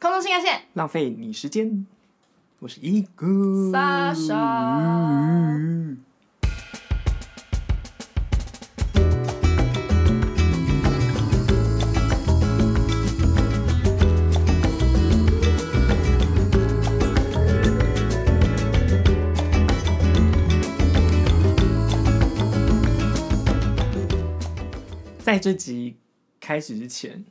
东新干线，浪费你时间。我是一哥，莎莎。在这集开始之前，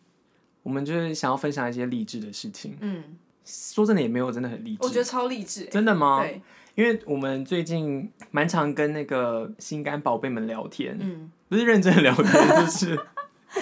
我们就是想要分享一些励志的事情。嗯，说真的，也没有真的很励志，我觉得超励志、欸。真的吗？对，因为我们最近蛮常跟那个心肝宝贝们聊天，嗯， 不是认真的聊天，就是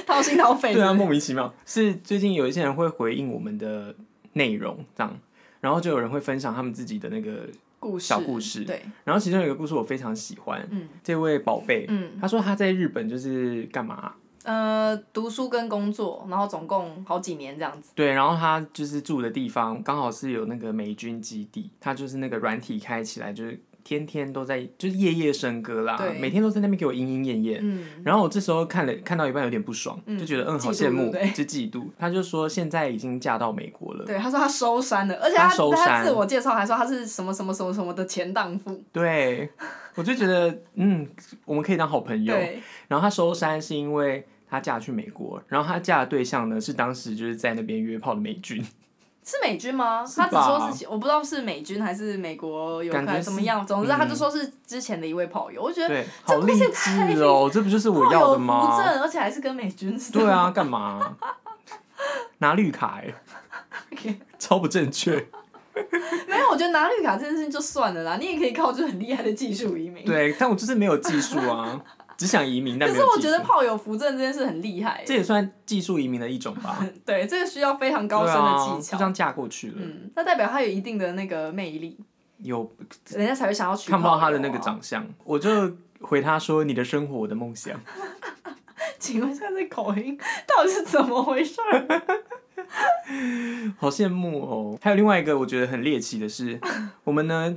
掏心掏肺。对啊，莫名其妙。是最近有一些人会回应我们的内容，这样，然后就有人会分享他们自己的那个，故事小故事嗯对，然后其中有一个故事我非常喜欢，嗯这位宝贝，嗯他说他在日本就是干嘛啊、呃，读书跟工作，然后总共好几年这样子。对，然后他就是住的地方刚好是有那个美军基地，他就是那个软体开起来，就是天天都在，就是夜夜笙歌啦对，每天都在那边给我莺莺燕燕。嗯，然后我这时候看了看到一半有点不爽，嗯就觉得嗯好嫉妒羡慕对不，就嫉妒。他就说现在已经嫁到美国了，对，他说他收山了，而且他他收山自我介绍还说他是什么什么什么什么的前荡妇。对，我就觉得嗯我们可以当好朋友。对，然后她收山是因为她嫁去美国，然后她嫁的对象呢是当时就是在那边约炮的美军，是美军吗？是他吧只说是，我不知道是美军还是美国有感觉看是怎么样。总之，嗯他就说是之前的一位炮友，我就觉得对，这好故励事太志哦，这不就是我要的吗？炮友扶正，而且还是跟美军似的。 对啊，干嘛、拿绿卡、欸，超不正确。 没有，我觉得拿绿卡这件事情就算了啦，你也可以靠就很厉害的技术移民。对，但我就是没有技术啊， 只想移民，但可没是有我技觉术得。炮友扶正这件事很厉害欸、这也算技术移民的一种 吧，对，这个需要非常高深的技对啊就巧。这样嫁过去了，嗯，那代表他有一定的那个魅力，有人家才会想要娶、看不到他的那哦个，长相，我就回他说：“你的生活，我的梦想。请问一下，这口音到底是怎么回事儿？”好羡慕哦。还有另外一个我觉得很猎奇的是，我们呢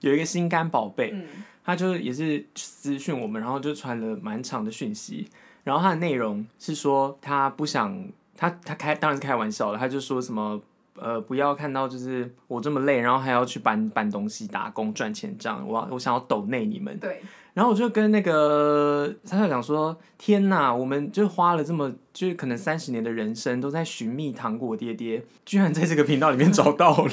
有一个心肝宝贝，嗯，他就也是私讯我们，然后就传了蛮长的讯息，然后他的内容是说他不想，他他开当然是开玩笑的，他就说什么呃不要看到就是我这么累，然后还要去搬搬东西打工赚钱这样，我要我想要抖内你们， 对，然后我就跟那个他就讲说，天哪，我们就花了这么就是可能三十年的人生都在寻觅糖果爹爹，居然在这个频道里面找到 了。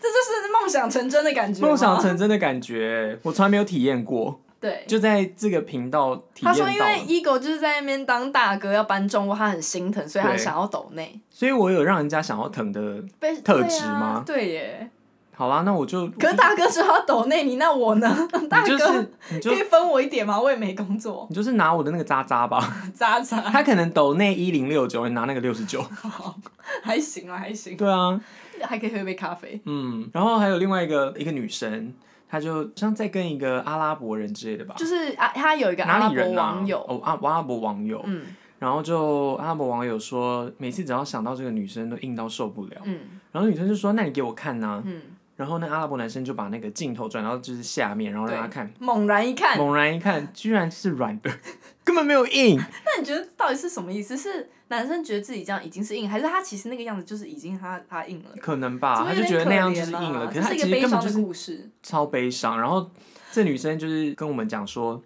这就是梦想成真的感觉吗。梦想成真的感觉，我从来没有体验过，对。就在这个频道体他验说，因到为了。 ego 就是在那边当大哥要搬重物，他很心疼，所以他对想要抖内所以我有让人家想要疼的。被特对啊质吗对耶，好啦，那我就可是大哥只要抖内你，那我呢？ 大你哥、就是你就可以分我一点吗？我也没工作， 你就是拿我的那个渣渣吧，渣渣他可能抖那一零六九，你拿那个 六十九。还行啊，还行，对啊，还可以喝一杯咖啡。嗯，然后还有另外一个一个女生，她就像在跟一个阿拉伯人之类的吧，就是啊，他有一个阿哪拉里伯人啊？网友，哦，阿阿拉伯网友，嗯然后就阿拉伯网友说，每次只要想到这个女生都硬到受不了，嗯然后女生就说，那你给我看呐、嗯，然后那阿拉伯男生就把那个镜头转到就是下面，然后让他对看，猛然一看，猛然一看，居然是软的， 根本没有硬。那你觉得到底是什么意思？是男生觉得自己这样已经是硬，还是他其实那个样子就是已经他他硬了？可能吧，怎么他有就点觉得可那样就怜是啊硬了，可这是他是一其个实悲根伤本就的是故事。超悲伤。然后这女生就是跟我们讲说，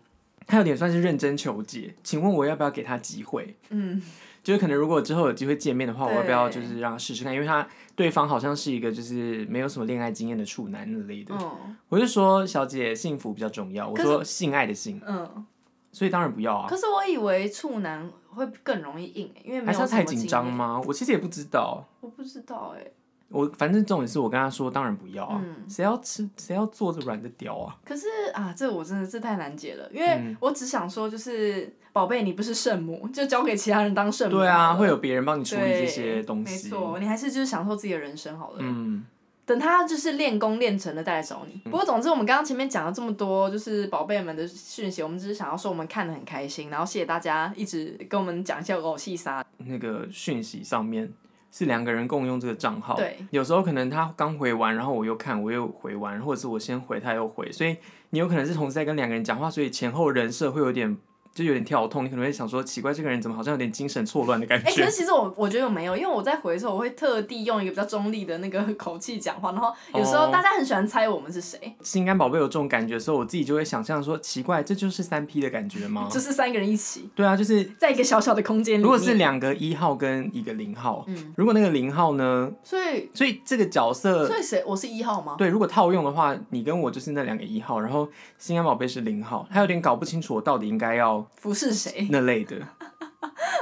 她有点算是认真求解，请问我要不要给她机会？嗯，就是可能如果之后有机会见面的话，我对要不要就是让她试试看？因为她对方好像是一个就是没有什么恋爱经验的处男之类的。嗯我就说，小姐，幸福比较重要。我可是说性爱的性，嗯，所以当然不要啊。可是我以为处男会更容易硬、欸因为没有还是什么她太经紧验张？吗？我其实也不知道。我不知道哎、我反正重点是我跟她说，当然不要啊。嗯谁要吃？谁要做这软的屌啊？可是啊，这我真的是太难解了，因为嗯我只想说，就是宝贝，你不是圣母，就交给其他人当圣母好了。对啊，会有别人帮你处理对这些东西。没错，你还是就是享受自己的人生好了。嗯，等他就是练功练成了再来找你。不过总之，我们刚刚前面讲了这么多，就是宝贝们的讯息，我们只是想要说我们看得很开心，然后谢谢大家一直跟我们讲一些偶戏啥。那个讯息上面是两个人共用这个账号，对，有时候可能他刚回完，然后我又看，我又回完，或者是我先回他又回，所以你有可能是同时在跟两个人讲话，所以前后人设会有点就有点跳痛，你可能会想说，奇怪，这个人怎么好像有点精神错乱的感哎、可觉？是其实我我觉得没有，因为我在回的时候，我会特地用一个比较中立的那个口气讲话，然后有时哦候大家很喜欢猜我们是谁， 心肝宝贝有这种感觉的时候，我自己就会想象说，奇怪，这就是三 P 的感觉吗？就是三个人一起对啊，就是在一个小小的空间里面。哦如果是两个一号跟一个零号，嗯如果那个零号呢，所以所以这个角色所以谁我是一号吗？对，如果套用的话，你跟我就是那两个一号，然后心肝宝贝是零号，他有点搞不清楚我到底应 该要服侍谁？那类的。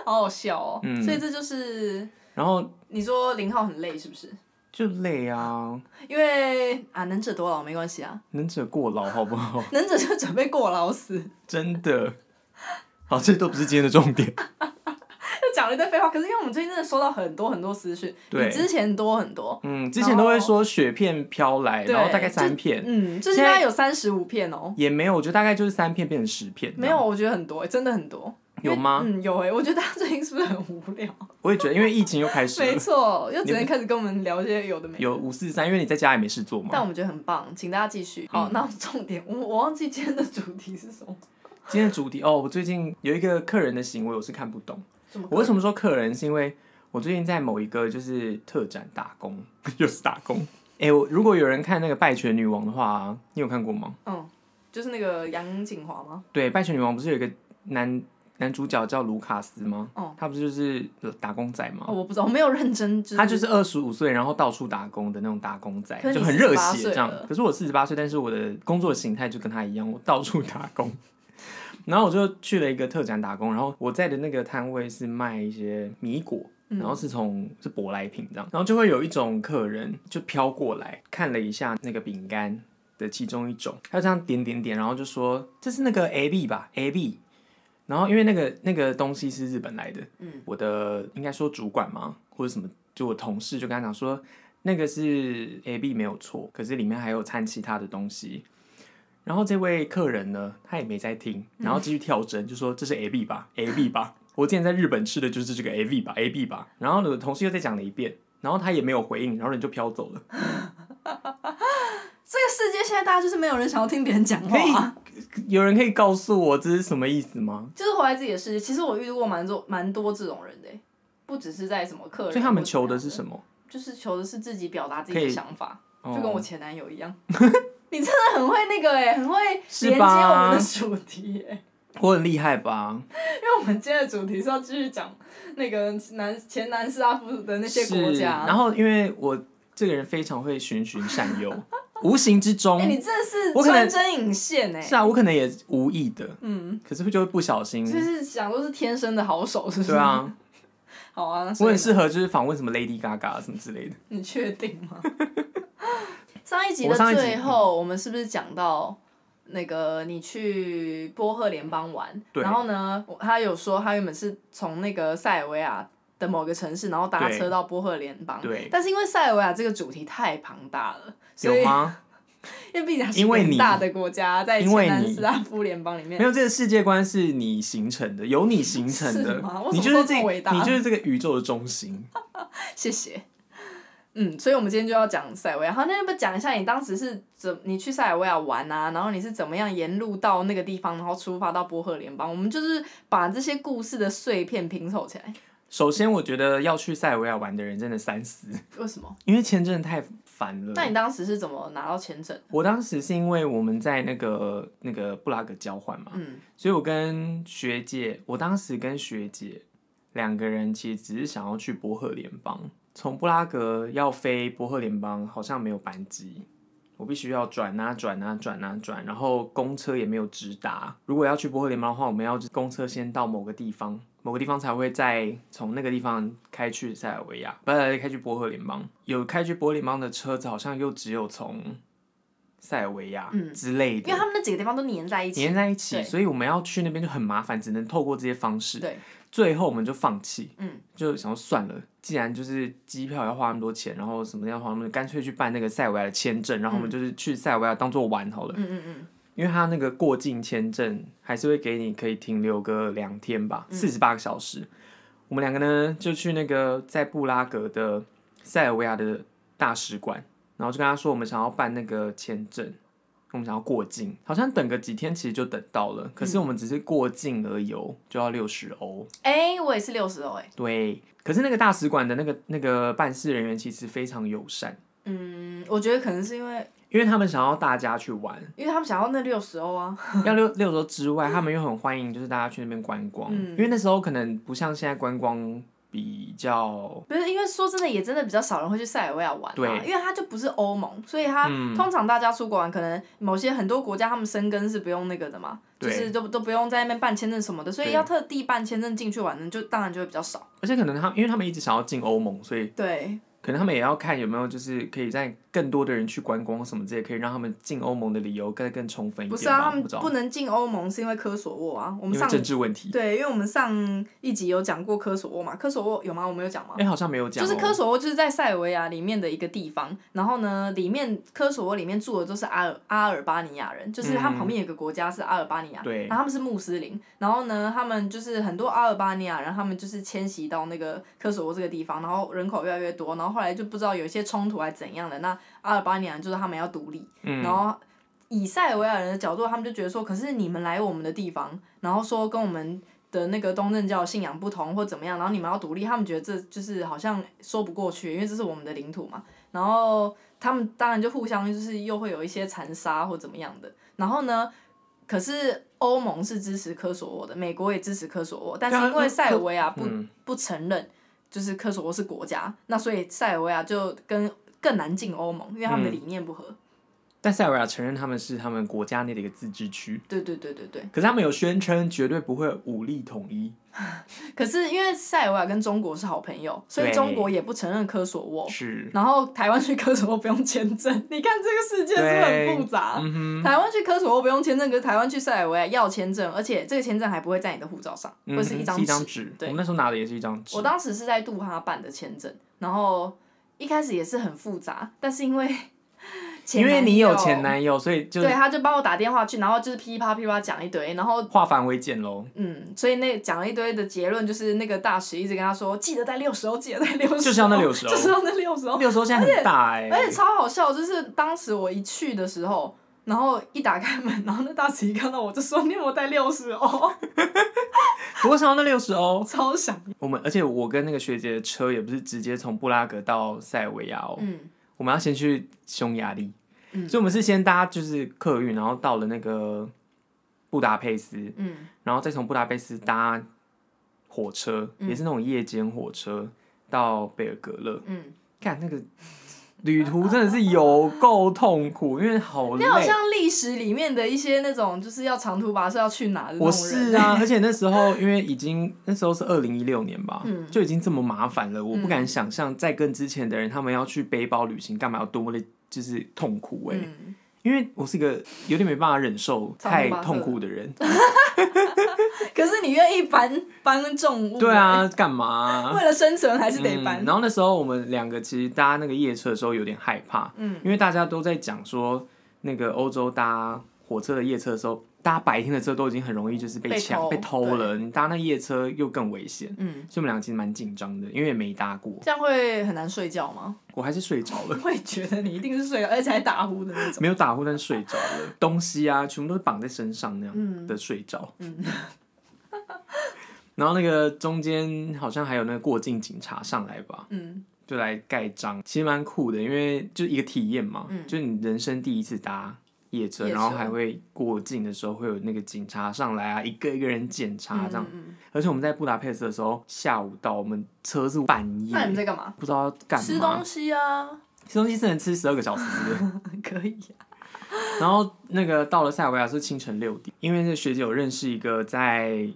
好好笑哦。嗯所以这就是然后你说零号很累是不是？就累啊，因为啊，能者多劳没关系啊，能者过劳，好不好？ 能者就准备过劳死， 真的。好，这都不是今天的 重点。就讲了一堆废话。可是因为我们最近真的收到很多很多私讯，对比之前多很多。嗯，之前都会说雪片飘来，对然后大概三片，嗯，就是现现在在有三十五片哦。也没有，我觉得大概就是三片变成十片。没有，，我觉得很多、欸，真的很多。有吗因为嗯，有哎、我觉得大家最近是不是很无聊？我也觉得，因为疫情又开始没了，错，又只能开始跟我们聊一些有的没的。有五四三，因为你在家也没事做但嘛。我们觉得很棒，请大家继嗯续。好，那重点，我我忘记今天的主题是什么。今天的主题哦，我最近有一个客人的行为我是看不懂。什么？我为什么说客人？是因为我最近在某一个就是特展打工， 又是打工。哎、我如果有人看那个《拜权女王》的话，你有看过吗？嗯，就是那个杨景华吗？对，《拜权女王》不是有一个男男主角叫卢卡斯吗？哦他不是就是打工仔吗？哦，我不知道，我没有认真。就是、他就是二十五岁，然后到处打工的那种打工仔可，是就你很热48血岁这样了。可是我四十八岁，但是我的工作形态就跟他一样，我到处打工。然后我就去了一个特展打工，然后我在的那个摊位是卖一些米果，嗯然后是从是舶来品这样，然后就会有一种客人就飘过来看了一下那个饼干的其中一种，他就这样点点点，然后就说这是那个 A B 吧 A B，然后因为那个那个东西是日本来的，嗯，我的应该说主管嘛，或者什么，就我同事就跟他讲说，那个是 A B 没有错，可是里面还有掺其他的东西。然后这位客人呢，他也没在听，然后继续跳针，就说这是 A B 吧，A B 吧。我之前在日本吃的就是这个 A B 吧，A B 吧。然后我的同事又再讲了一遍，然后他也没有回应，然后人就飘走了。 这个世界现在大家就是没有人想要听别人讲话、可以啊，有人可以告诉我这是什么意思吗？就是活在自己的世界。其实我遇过蛮多蛮多这种人的欸、不只是在什么客人。所以他们求的的是什么？就是求的是自己表达自己可的以想法，哦就跟我前男友 一样。你真的很会那个哎、很会是连接吧我们的主题哎、我很厉害吧？ 因为我们今天的主题是要继续讲那个南前南斯拉夫的那些国是家。然后因为我这个人非常会循循善诱，无形之中 哎、，你真的是我可能穿针引线哎、是啊，我可能也无意的，嗯，可是就会不小心就。是讲都是天生的好手，是不是？对，啊，好啊，我所以很呢适合就是访问什么 Lady Gaga 什么之类的。你确定吗？ 上一集我的上一集最后，我们是不是讲到那个你去波赫联邦玩？对然后呢，我他有说他原本是从那个塞尔维亚的某个城市，然后搭对车到波赫联邦。对但是因为塞尔维亚这个主题太庞大了，所以有吗？ 因为毕竟它是因一个为很你大的国家，在因为前南你斯拉夫联邦里面没。有，这个世界观是你形成的，由你形成是的吗。我你什么就时候是这这么伟大你就是这个宇宙的中心。谢谢。嗯，所以我们今天就要讲塞尔维亚。好，那要不要讲一下你当时是怎你去塞尔维亚玩啊？然后你是怎么样沿路到那个地方，然后出发到波赫联邦？我们就是把这些故事的碎片拼凑起来。首先，我觉得要去塞尔维亚玩的人真的三思，为什么？因为签证太烦了。那你当时是怎么拿到签证？我当时是因为我们在那个那个布拉格交换嘛，嗯，所以我跟学姐，我当时跟学姐两个人其实只是想要去波赫联邦，从布拉格要飞波赫联邦，好像没有班机，我必须要转啊转啊转啊转，然后公车也没有直达。如果要去波赫联邦的话，我们要公车先到某个地方，某个地方才会再从那个地方开去塞尔维亚，不是开去波赫联邦。有开去波赫联邦的车子，好像又只有从塞尔维亚嗯之类的。因为他们那几个地方都粘在一起。粘在一起，对所以我们要去那边就很麻烦，只能透过这些方式。对，最后我们就放弃，嗯，就想说算了，既然就是机票要花那么多钱，然后什么要花那么多，干脆去办那个塞尔维亚的签证，然后我嗯们就是去塞尔维亚当做玩好了，嗯嗯嗯，因为他那个过境签证还是会给你可以停留个两天吧，嗯四十八个小时。我们两个呢就去那个在布拉格的塞尔维亚的大使馆，然后就跟他说我们想要办那个签证，我我们想要过境，好像等个几天其实就等到了，可是我们只是过境而游就要六十欧。哎、我也是六十哦，哎，对，可是那个大使馆的那个那个办事人员其实非常友善，嗯，我觉得可能是因为，因为他们想要大家去玩，因为他们想要那六十欧啊，要六六周之外，他们又很欢迎就是大家去那边观光，嗯因为那时候可能不像现在观光比较，不是因为说真的，也真的比较少人会去塞尔维亚玩、啊，对因为它就不是欧盟，所以它、嗯通常大家出国玩，可能某些很多国家他们生根是不用那个的嘛，就对是都都不用在那边办签证什么的，所以对要特地办签证进去玩的，就当然就会比较少。而且可能他因为他们一直想要进欧盟，所以对，可能他们也要看有没有就是可以让更多的人去观光什么之类，可以让他们进欧盟的理由更更充分一不点吧。是啊，他们不知道不能进欧盟是因为科索沃啊，我们因上为政治问题，对，因为我们上一集有讲过科索沃嘛，科索沃有吗？我们有讲吗？哎、好像没有讲、就哦，是科索沃就是在塞尔维亚里面的一个地方，然后呢，里面科索沃里面住的都是阿尔阿尔巴尼亚人，就是他们嗯旁边有个国家是阿尔巴尼亚，对然后他们是穆斯林，然后呢，他们就是很多阿尔巴尼亚人，他们就是迁徙到那个科索沃这个地方，然后人口越来越多，然后后来就不知道有一些冲突还是怎样的，那阿尔巴尼亚人就是他们要独立，嗯然后以塞尔维亚人的角度，他们就觉得说，可是你们来我们的地方，然后说跟我们的那个东正教信仰不同或怎么样，然后你们要独立，他们觉得这就是好像说不过去，因为这是我们的领土嘛。然后他们当然就互相就是又会有一些残杀或怎么样的。然后呢，可是欧盟是支持科索沃的，美国也支持科索沃，但是因为塞尔维亚不、啊嗯不承认就是科索沃是国家，那所以塞尔维亚就跟更难进欧盟，因为他们嗯的理念不合。但塞尔维亚承认他们是他们国家内的一个自治区，对对对对对。可是他们有宣称绝对不会武力统一，可是因为塞尔维亚跟中国是好朋友，所以对中国也不承认科索沃。是，然后台湾去科索沃不用签证， 你看这个世界是不是很复杂。嗯哼，台湾去科索沃不用签证，可是台湾去塞尔维亚要签证，而且这个签证还不会在你的护照上，嗯会是一张是一张纸。纸，我对们那时候拿的也是一张纸我，当时是在杜哈办的签证，然后一开始也是很复杂，但是因为前因为你友有前男友，所以就对，啊他就帮我打电话去，然后就是噼啪噼啪讲一堆，然后化繁为简喽。嗯，所以那讲了一堆的结论，就是那个大使一直跟他说，记得带六十欧，记得带六十，就是要那60 欧就是要那六十欧。六时候现在很大哎、哦而且超好笑，就是当时我一去的时候，然后一打开门，然后那大使一看到我就说，你有没有带六十欧？ 多少那六十欧？超想，我们而且我跟那个学姐的车也不是直接从布拉格到塞尔维亚哦，嗯，我们要先去匈牙利，嗯所以我们是先搭就是客运，然后到了那个布达佩斯，嗯，然后再从布达佩斯搭火车，嗯也是那种夜间火车到贝尔格勒。嗯，看那个 旅途真的是有够痛苦，因为好累你。好像历史里面的一些那种，就是要长途跋涉要去哪的那我种人。是啊，而且那时候因为已经那时候是二零一六年吧，嗯就已经这么麻烦了，我嗯不敢想象再跟之前的人他们要去背包旅行干嘛，有多么的就是痛苦哎、嗯，因为我是一个有点没办法忍受长途太跋涉痛苦的人。可是你愿意搬搬重物，对，啊，干嘛啊、为了生存 还是得搬嗯。然后那时候我们两个其实搭那个夜车的时候有点害怕，嗯因为大家都在讲说，那个欧洲搭火车的夜车的时候，搭白天的车都已经很容易就是被被抢、偷被偷了，你搭那夜车又更危险。嗯，所以我们俩其实蛮紧张的，因为也没搭过，这样会很难睡觉吗？我还是睡着了， 我也觉得你一定是睡了，而且还打呼的那种。没有打呼，但是睡着了，东西啊全部都是绑在身上那样嗯的睡着。嗯 然后那个中间好像还有那个过境警察上来吧， 嗯就来盖章，其实蛮酷的，因为就一个体验嘛，嗯就是你人生第一次搭夜车，夜车然后还会过境的时候会有那个警察上来啊，一个一个人检查这样。嗯嗯而且我们在布达佩斯的时候，下午到，我们车是半夜，嗯那你们在干嘛？不知道要干嘛，啊吃东西啊，吃东西是能吃十二个小时是不是 可以啊。 然后那个到了塞尔维亚是清晨六点，因为那学姐有认识一个在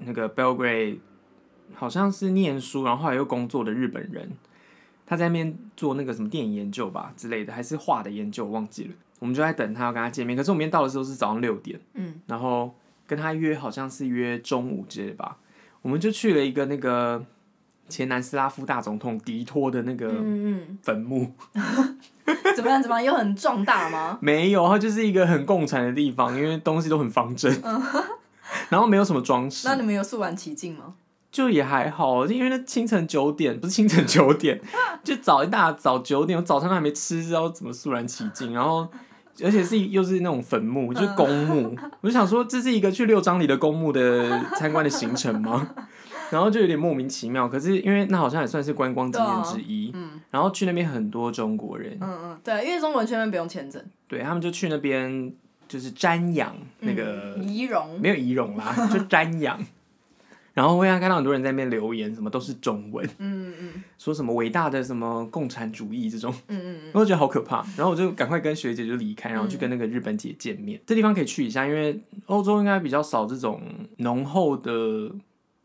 那个 Belgrade 好像是念书，然后后来又工作的日本人，他在那边做那个什么电影研究吧之类的，还是画的研究，我忘记了。我们就在等他要跟他见面，可是我们今天到的时候是早上六点，嗯然后跟他约好像是约中午之类的吧，我们就去了一个那个前南斯拉夫大总统迪托的 那个嗯坟墓。嗯，怎么样？怎么样？又很壮大吗？没有，它就是一个很共产的地方，因为东西都很方正， 然后没有什么装饰那，你们有肃然起敬吗？就也还好，因为那清晨九点不是清晨九点，就早一大早九点，我早餐都还没吃，然后怎么肃然起敬？然后而且是又是那种坟墓，就是公墓。我就想说，这是一个去六张里的公墓的参观的行程吗？然后就有点莫名其妙。可是因为那好像也算是观光景点之一，然后去那边很多中国人，嗯嗯，对，因为中国人去那边不用签证，对他们就去那边就是瞻仰那个、嗯仪容，没有仪 容啦，就瞻仰。然后会看到很多人在那边留言，什么都是中文，嗯嗯说什么伟大的什么共产主义这种。嗯嗯我就觉得好可怕，然后我就赶快跟学姐就离开，然后去跟那个日本姐见面。这地方可以去一下，因为欧洲应该比较少这种浓厚的嗯，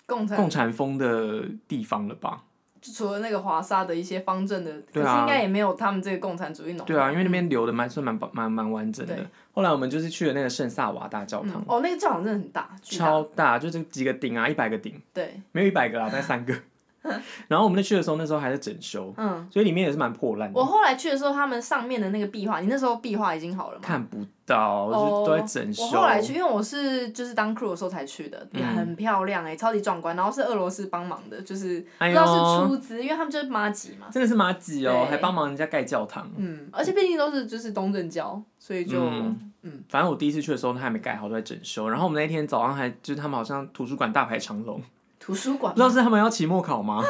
共产共产风的地方了吧？就除了那个华沙的一些方阵的，可对是啊应该也没有他们这个共产主义浓。对啊，因为那边留的蛮算蛮蛮蛮完嗯整对的。后来我们就是去了那个圣萨瓦大教堂，嗯哦，那个教堂真的很大，巨大超大，就这几个顶啊，一百个顶，对，没有一百个啦，啊大概三 个。然后我们去的时候，那时候还在整修，嗯，所以里面也是蛮破烂的我，后来去的时候，他们上面的那个壁画，你那时候壁画已经好了吗？看不到，哦就都在整修。我后来去，因为我是就是当 crew 的时候才去的，也嗯很漂亮哎、超级壮观。然后是俄罗斯帮忙的，就是不哎知呦道是出资，因为他们就是妈吉嘛，真的是马吉哦，对还帮忙人家盖教堂。嗯，而且毕竟都是就是东正教，所以就嗯嗯反正我第一次去的时候，它还没盖好，都在整修。然后我们那天早上还就是他们好像图书馆大排长哦龙，图书馆 不知道是他们要期末 考吗？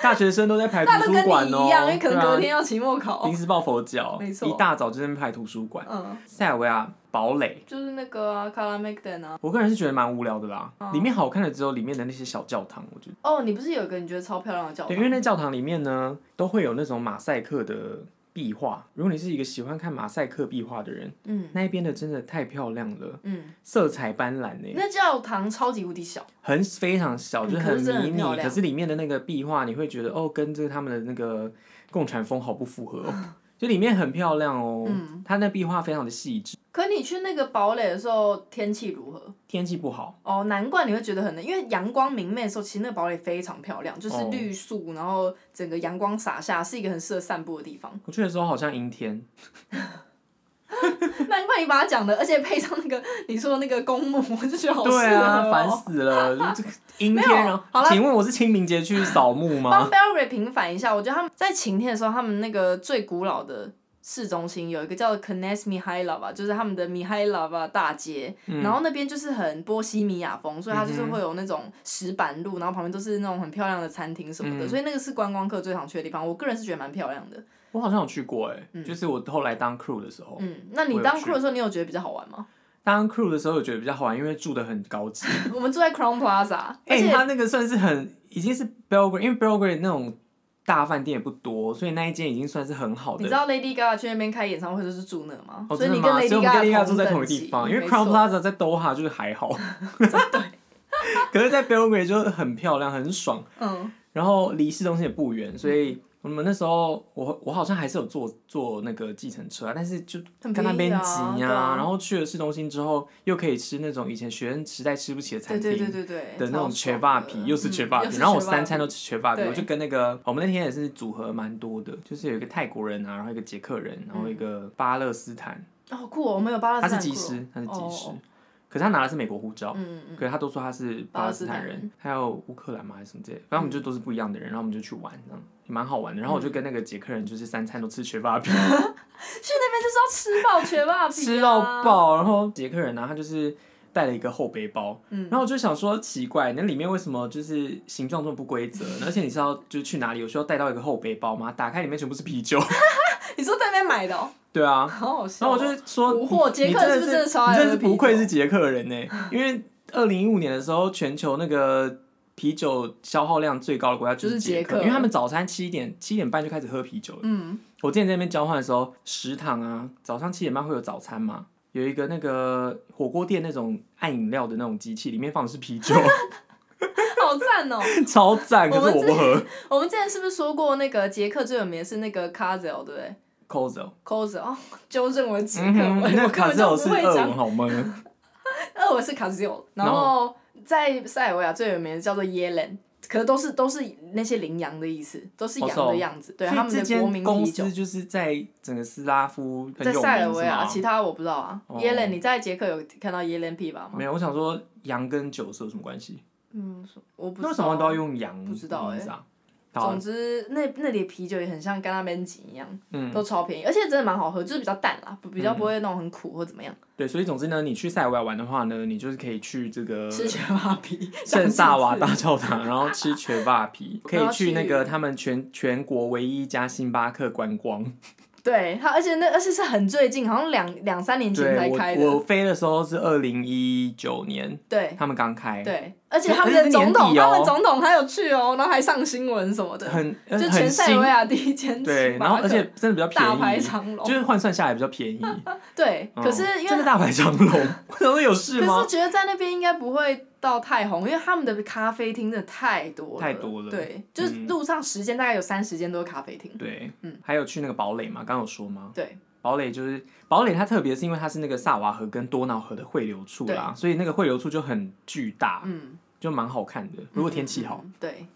大学生都在排大家都图书跟馆你哦、一样，因为可能隔对天要期末啊考临，时抱佛脚，没错一大早就在那边排图书馆。嗯，塞尔维亚堡垒，就是那个啊卡拉麦登啊。我个人是觉得蛮无聊的啦。里面好看的只有里面的那些小教堂，我觉得。哦，你不是有一个你觉得超漂亮的教对，堂因？为那教堂里面呢，都会有那种马赛克的壁画。如果你是一个喜欢看马赛克壁画的人，嗯那一边的真的太漂亮了，嗯，色彩斑斓呢、那教堂超级无敌小，很非常小，嗯就是可是真的迷很你，漂可亮是里面的那个壁画，你会觉得哦，跟这个他们的那个共产风好不符合 哦。就里面很漂亮哦，嗯它那壁画非常的细致。可你去那个堡垒的时候，天气如何？天气不好，哦，难怪你会觉得很冷，因为阳光明媚的时候，其实那堡垒非常漂亮，就是哦绿树，然后整个阳光洒下，是一个很适合散步的地方。 我去的时候好像阴天，难怪你把它讲的，而且配上那个你说的那个公墓，我就觉得好适合、哦。对啊，烦死了，就这个阴没天。有然后好啦请问我是清明节去扫墓帮吗？ Belgrade 平反一下，我觉得他们在晴天的时候，他们那个最古老的市中心有一个叫 k n e s Mihaila 吧，就是他们的 Mihaila 吧大街，嗯然后那边就是很波西米亚风，所以它就是会有那种石板路，然后旁边都是那种很漂亮的餐厅什么的，嗯所以那个是观光客最常去的地方。我个人是觉得蛮漂亮的。我好像有去过哎、就是我后来当 crew 的时候，嗯，那你哦我有当去 crew 的时候，你有觉得比较好玩吗？ 当 crew 的时候我觉得比较好玩，因为住的很高级。我们住在 Crown Plaza，而 哎、且、它那个算是很已经是 Belgrade，因为 Belgrade 那种大饭店也不多，所以那一间已经算是很好你知的。道 Lady Gaga 去那边开演唱会就是住那吗？哦，所以真的你跟吗？所以 Lady 我们跟 Lady Gaga Gaga 住在同等一个级地方，因为没 Crown 错 Plaza 在 Doha 就是 还好， 可是，在 Belgrade 就很漂亮，很爽，嗯，然后离市中心也不远，所以我们那时候我我好像还是有坐坐那个计程车啊，但是就很跟那便宜边啊挤对啊然后去了市中心之后，又可以吃那种以前学生时代吃不起的餐对厅，对对对对的那种缺缺霸皮，又是缺嗯霸皮，然后我三餐都吃缺霸皮，对我就跟那个我们那天也是组合蛮多的，就是有一个泰国人啊，然后一个捷克人，然后一个巴勒斯坦，哦，好酷哦，我们有巴勒斯他坦是酷哦技师，他是技师哦哦，可是他拿的是美国护照，嗯嗯可是他都说他是巴勒斯巴坦勒斯坦人，还有乌克兰嘛还是什么之类的，反正我们就都是不一样的人，然后我们就去玩，这样也蛮好玩的。然后我就跟那个捷克人就是三餐都吃缺霸皮，去那边就是要吃爆缺霸皮、啊，吃到。爆，然后捷克人啊呢、他就是。带了一个后背包，然后我就想说奇怪，那里面为什么就是形状这么不规则呢？而且你知道就是去哪里有需要带到一个后背包吗？打开里面全部是啤酒， 你说在那边买的、哦，对啊。好好笑然哦、后我就说，蛊惑你捷你克人真是不是的真的超爱你真喝的是啤不愧酒是捷克人呢、因为二零一五年的时候，全球那个啤酒消耗量最高的国家就是是捷捷克因为他们早餐七点七点半就开始喝啤酒了。嗯，我之前在那边交换的时候，食堂啊，早上七点半会有早餐嘛，有一个那个火锅店那种按饮料的那种机器，里面放的是啤酒， 好赞哦、超赞。可我们是我不喝我们之前是不是说过那个捷克最有名的是那个 Kazel 对不对 c o z o c o z e 哦，纠正我的 捷克嗯哼，文，那我根个卡本斯尔就是不会俄讲文。好吗？俄文是 Kazel，然然后在塞尔维亚最有名的叫做 Yelen。可是都是都是那些羚羊的意思，都是羊哦是的哦样子，对所以他们这的国间民公啤酒司。就是在整个斯拉夫很在有塞尔名是维亚，吗？其他我不知道啊。哦耶伦，你在捷克有看到耶伦琵琶吗？没有，我想说羊跟酒是有什么关系？嗯，我不知道。那为什么都要用羊不知道欸的名字啊？好总之，那那里的啤酒也很像干拉面吉一样，嗯，都超便宜，而且真的蛮好喝，就是比较淡啦，不比较不会那种很苦或怎么样。对，所以总之呢，你去塞尔维亚玩的话呢，你就是可以去这个吃全马 啤，圣萨瓦上呃大教堂，然后吃全瓦皮，可我以要去那去个他们全全国唯一一家星巴克观光。次。对它，而且那而且是很最近，好像两两三年前才对，开我的。我飞的时候是二零一九年，对他们刚开，对，而且可他们哎可是的是年总统，底哦他们总统还有去哦，然后还上新闻什么的，很呃就很全塞新尔维，亚第一间星巴克。对，然后而且真的比大较排便宜，长龙就。是换算下来比较便 宜。对，嗯可是因为真的大排长龙， 我想说有事可吗是？觉得在那边应该不会到太红，因为他们的咖啡厅真的太多了，太多了对，就是嗯路上十间大概有三十间都是咖啡厅。对，嗯还有去那个堡垒嘛，刚刚有说吗？对，堡垒就是堡垒，它特别是因为它是那个萨瓦河跟多瑙河的汇流处啦，所以那个汇流处就很巨大，嗯，就蛮好看的。啊如果天气好，嗯，对。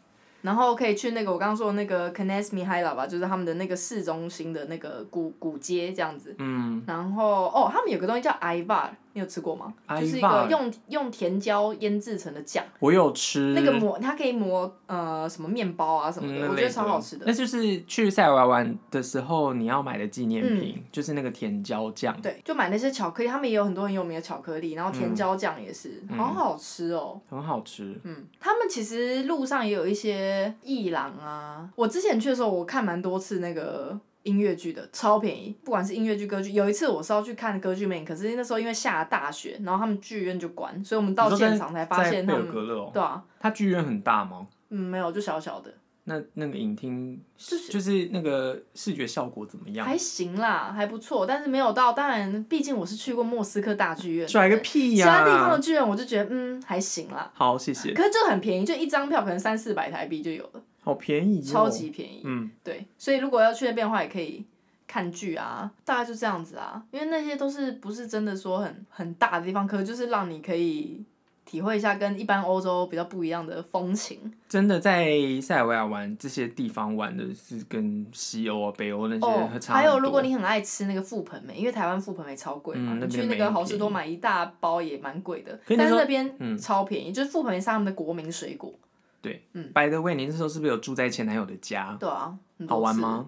然后可以去那个我刚刚说的那个 k e n e s m i h a i l a 吧，就是他们的那个市中心的那个古古街这样子。嗯，然后哦，他们有个东西叫 ivar，你有吃过吗？就是一个 Aivar 用用甜椒腌制成的酱，我有吃那个磨它可以磨呃什么面包啊什么嗯的，那我觉类得超好吃的。那就是去塞尔维亚玩的时候你要买的纪念品，就是那个甜椒酱。嗯对，就买那些巧克力，他们也有很多很有名的巧克力，然后甜椒酱也是，嗯好好吃哦。很好吃，嗯，他们其实路上也有一些艺廊啊。我之前去的时候，我看蛮多次那个音乐剧的，超便宜，不管是音乐剧、歌剧。有一次我是要去看歌剧魅影，可是那时候因为下大雪，然后他们剧院就关，所以我们到你说在现场才发在现贝他尔们格勒哦，对啊，它剧院很大吗？嗯，没有，就小小的，那那个影厅就是就是那个视觉效果怎么样？还行啦，还不错，但是没有到。当然，毕竟我是去过莫斯科大剧院，拽个屁其呀、他地方的剧院我就觉得嗯还行啦。好，谢谢，可是就很便宜，就一张票可能三四百台币就有了，好便宜、哦，超级便宜。嗯，对，所以如果要去那边的话，也可以看剧啊，大概就这样子啊。因为那些都是不是真的说很很大的地方，可是就是让你可以体会一下跟一般欧洲比较不一样的风情。真的在塞尔维亚玩这些地方玩的是跟西欧啊、北欧那哦些，差很多。还有如果你很爱吃那个覆盆梅，因为台湾覆盆梅超贵嘛，嗯那你去边那没个很好市多便宜买一大包也蛮贵的，可是那但时是候那边嗯超便宜，就是覆盆梅是他们的国民水果。对嗯，By the way，你那时候是不是有住在前男友的家？对啊，很多好玩次吗？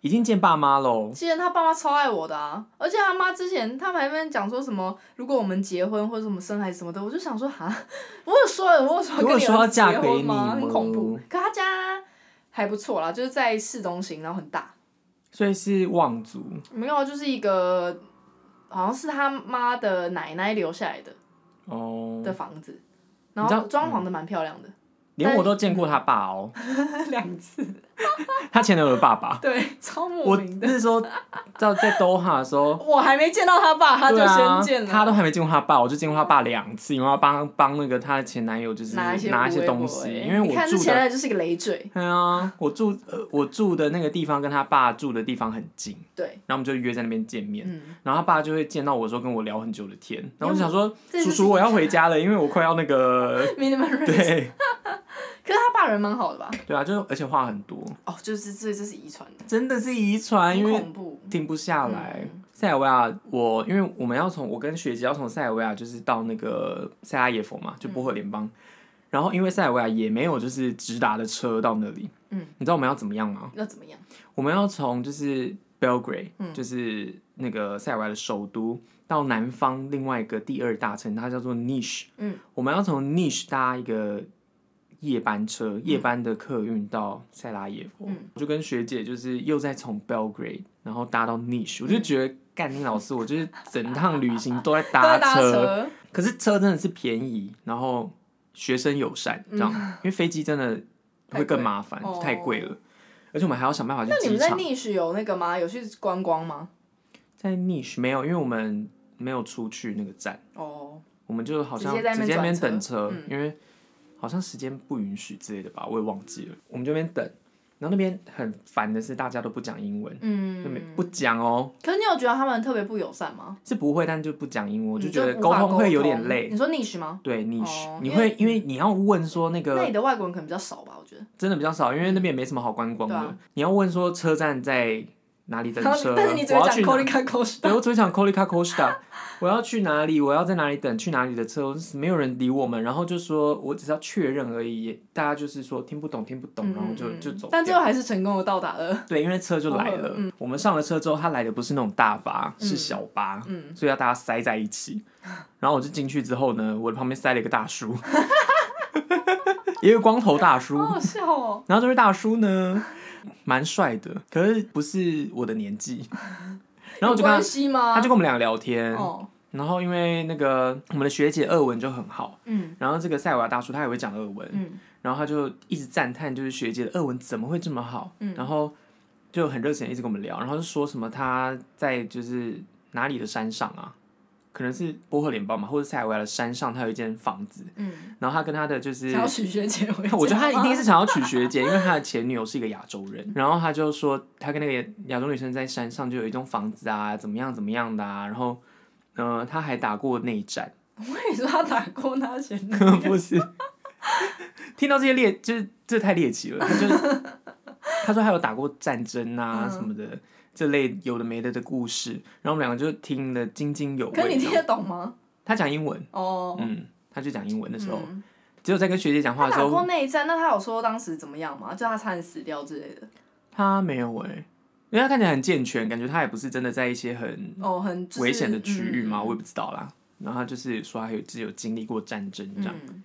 已经见爸妈喽。既然他爸妈超爱我的啊，而且他妈之前他们还在那边讲说什么，如果我们结婚或者什么生孩子什么的，我就想说哈，我有说了，我有说如跟果你说要儿子嫁结给婚你吗？很恐怖吗。可他家还不错啦，就是在市中心，然后很大，所以是望族，没有啊，就是一个好像是他妈的奶奶留下来的哦，的房子，你然知道嗯后装潢的蛮漂亮 的，连我都见过他爸 哦，两次，他前男友的爸爸。对，超莫啊我名的。那时候到在 Doha 的时候，我还没见到他爸，他就对先啊见了。他都还没见过他爸，我就见过他爸两次，因为要啊帮帮那个她的前男友就是拿一些拿一无些微东博西，欸因为你我看之住前的。的就是个累赘，对啊，我住呃我住的那个地方跟他爸住的地方很近，对，然后我们就约在那边见面，嗯。然后他爸就会见到我的时候跟我聊很久的天，然因后我为想说这就叔是叔我要回家了，因为我快要 那个 minimum raise。对可是他爸人蛮好的吧？对啊，就是而且话很多，哦，就是这这是遗传的，真的是遗传，很啊因为恐怖。停不下来嗯。塞尔维亚，我因为我们要从我跟学姐要从塞尔维亚就是到那个塞拉耶夫嘛，嗯就波赫联邦。然后因为塞尔维亚也没有就是直达的车到那里，嗯，你知道我们要怎么样吗？那怎么样？我们要从就是 Belgrade，、嗯就是那个塞尔维亚的首都，到南方另外一个第二大城，它叫做 Nish。嗯，我们要从 Nish 搭一个夜班车，夜班的客运到塞拉耶夫。嗯我就跟学姐就是又再从 Belgrade，然后搭到 Nish，我就觉得。干你老师，我就是整趟旅行都在 搭对啊搭车，可是车真的是便宜，然后学生友善这样，因为飞机真的会更麻烦嗯太贵，哦太贵了，而且我们还要想办法去那你机们在场。 Nish 有那个吗？有去观光吗？在 niche 没有，因为我们没有出去那个站，哦，我们就好像直接在那边那边转车等车，嗯因为好像时间不允许之类的吧，我也忘记了。我们这边等，然后那边很烦的是大家都不讲英文，就没嗯。不讲哦，可是你有觉得他们特别不友善吗？是不会，但就不讲英文，我就你觉得嗯无法通会有点累。你说 Nish 吗？对 niche，、哦你因会因为你要问说那那个里的外国人可能比较少吧，我觉得。真的比较少，因为那边也没什么好观光的。对啊你要问说车站在哪里等然车后啊， 但是你只我会要讲去 c 哪 o l i c a c o s 对，我只会讲 Kolika Costa，我 要去哪里，我要在哪里等，去哪里的车，我就是没有人理我们，然后就说我只是要确认而已，大家就是说听不懂，听不懂，然后就就走掉。嗯但最后哦嗯还是成功的到达了。 对，因为车就来了，我们上了车之后，他来的不是那种大巴，嗯是小巴，所以要大家塞在一起。 然后我就进去之后呢，我的旁边塞了一个大叔， 一个光头大叔好，好笑哦！然后这位大叔呢，蛮帅的，可是不是我的 年纪。然后有我就跟他关，系吗？他就跟我们俩聊天，哦，然后因为那个我们的学姐俄文就很好，嗯然后这个塞尔瓦大叔他也会讲俄文，嗯然后他就一直赞叹就是学姐的俄文怎么会这么好，嗯然后就很热情地一直跟我们聊，然后就说什么他在就是哪里的山上啊，可能是波赫连邦嘛，或者塞尔维亚的山上，他有一间房子，嗯，然后他跟他的就是想要取学姐 回家我觉得他一定吗是想要娶学姐，因为他的前女友是一个亚洲人，然后他就说他跟那个亚洲女生在山上就有一栋房子啊，怎么样怎么样的啊，然后，呃，他还打过内战， 我跟你说，他打过那些人，不是？ 听到这些猎，就是这太猎奇了，他就他说他有打过战争啊嗯什么的。这类有的没的的故事，然后我们两个就听得津津有味。可你听这样得懂吗？他讲英文，哦，嗯，他就讲英文的时候，嗯只有在跟学姐讲他话的时打过候，内战，那他有说当时怎么样吗？就他差点死掉之类的。他没有哎、因为他看起来很健全，感觉他也不是真的在一些很哦，很就是嗯危险的区域嘛，嗯我也不知道啦。然后他就是说他有自己有经历过战争这样，嗯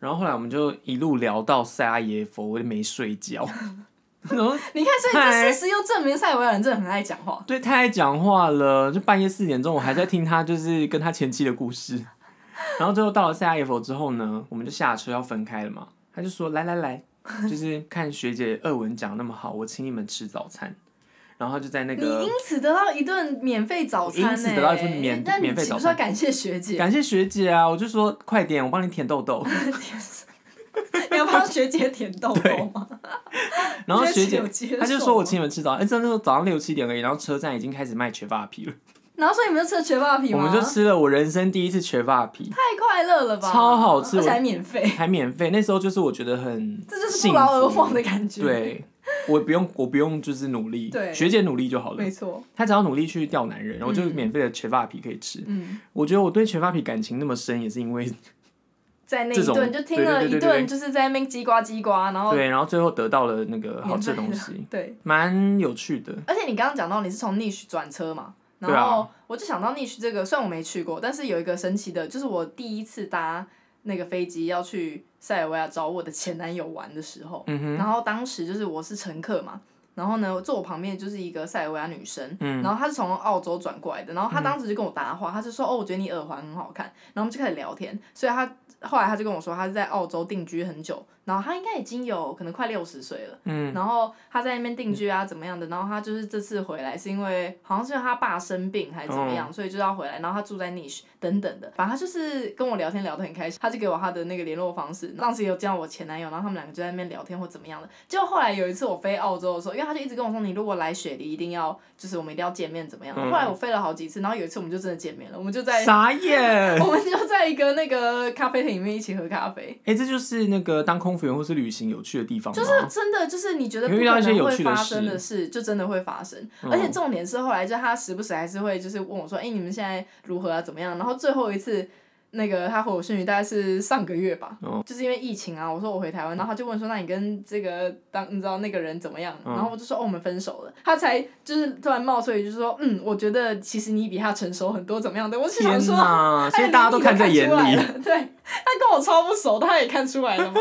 然后后来我们就一路聊到塞阿耶夫，我就没睡觉。然后你看，所以这事实又证明塞尔维亚人真的很爱讲话。对，太爱讲话了，就半夜四点钟，我还在听他就是跟他前妻的故 事。然后最后到了塞阿耶夫之后呢，我们就下车要分开了嘛，他就说来来来，就是看学姐俄文讲那么好，我请你们吃早餐。然后他就在那你个因此得到一顿免费早餐、欸，我因此得到一份免那你免费岂早餐不是要感谢学姐？感谢学姐啊，我就说快点，我帮你舔痘痘。 你要帮学姐舔痘痘吗？然后学姐有接受吗她就说我请你们吃早餐，哎、真的是早上六七点而已，然后车站已经开始卖全发皮了，然后所以你们就吃了全发皮我吗？们就吃了我人生第一次全发皮，太快乐了吧，超好吃而且还免费，还免费，那时候就是我觉得很这就是不劳而获的幸感觉。福。，对，我不用我不用就是努力，对学姐努力就好了没，错，她只要努力去钓男人，然后就嗯免费的全发皮可以吃。嗯，我觉得我对全发皮感情那么深，也是因为在那一这种顿就听了对对对对一对顿，就是在那边叽呱叽呱，然后对，然后最后得到了那个好吃的东免费西，对，蛮有趣的。而且你刚刚讲到你是从 niche 转车嘛，对然啊后我就想到 niche 这个，虽然我没去过，但是有一个神奇的，就是我第一次搭那个飞机要去塞尔维亚找我的前男友玩的时候，嗯哼，然后当时就是我是乘客嘛，然后呢坐我旁边就是一个塞尔维亚女生，嗯然后她是从澳洲转过来的，然后她当时就跟我搭话，她就说哦，我觉得你耳环很好看，然后我们就开始聊天，所以她后来她就跟我说她是在澳洲定居很久，然后她应该已经有可能快六十岁了，嗯，然后她在那边定居啊怎么样的，然后她就是这次回来是因为好像是因为她爸生病还是怎么样，所以就要回来，然后她住在 Niche 等等的，反正她就是跟我聊天聊得很开心，她就给我她的那个联络方式，当时有叫我前男友，然后他们两个就在那边聊天或怎么样的，结果后来有一次我飞澳洲的时候，因为她就一直跟我说你如果来雪梨一定要就是我们一定要见面怎么样的，嗯后来我飞了好几次，然后有一次我们就真的见面了，我们就 在。傻眼。我们就在一个那个咖啡厅里面一起喝咖啡，哎、这就是那个当空服员或是旅行有趣的地方吗？就是真的，就是你觉得不你可会遇到一些能有会趣的发事生的事，就真的会发生。嗯而且重点是后来就他时不时还是会就是问我说：“哎、你们现在如何啊？怎么样？”然后最后一次。那个他回我讯息大概是上个月吧，嗯就是因为疫情啊，我说我回台湾，然后他就问说，那你跟这个当你知道那个人怎么样？嗯然后我就说哦，我们分手了。他才就是突然冒出一句说，嗯，我觉得其实你比他成熟很多，怎么样的？我是想天说，哎哪！所以大家都看在眼哎你里，看出来了对他跟我超不熟，他也看出来了吗？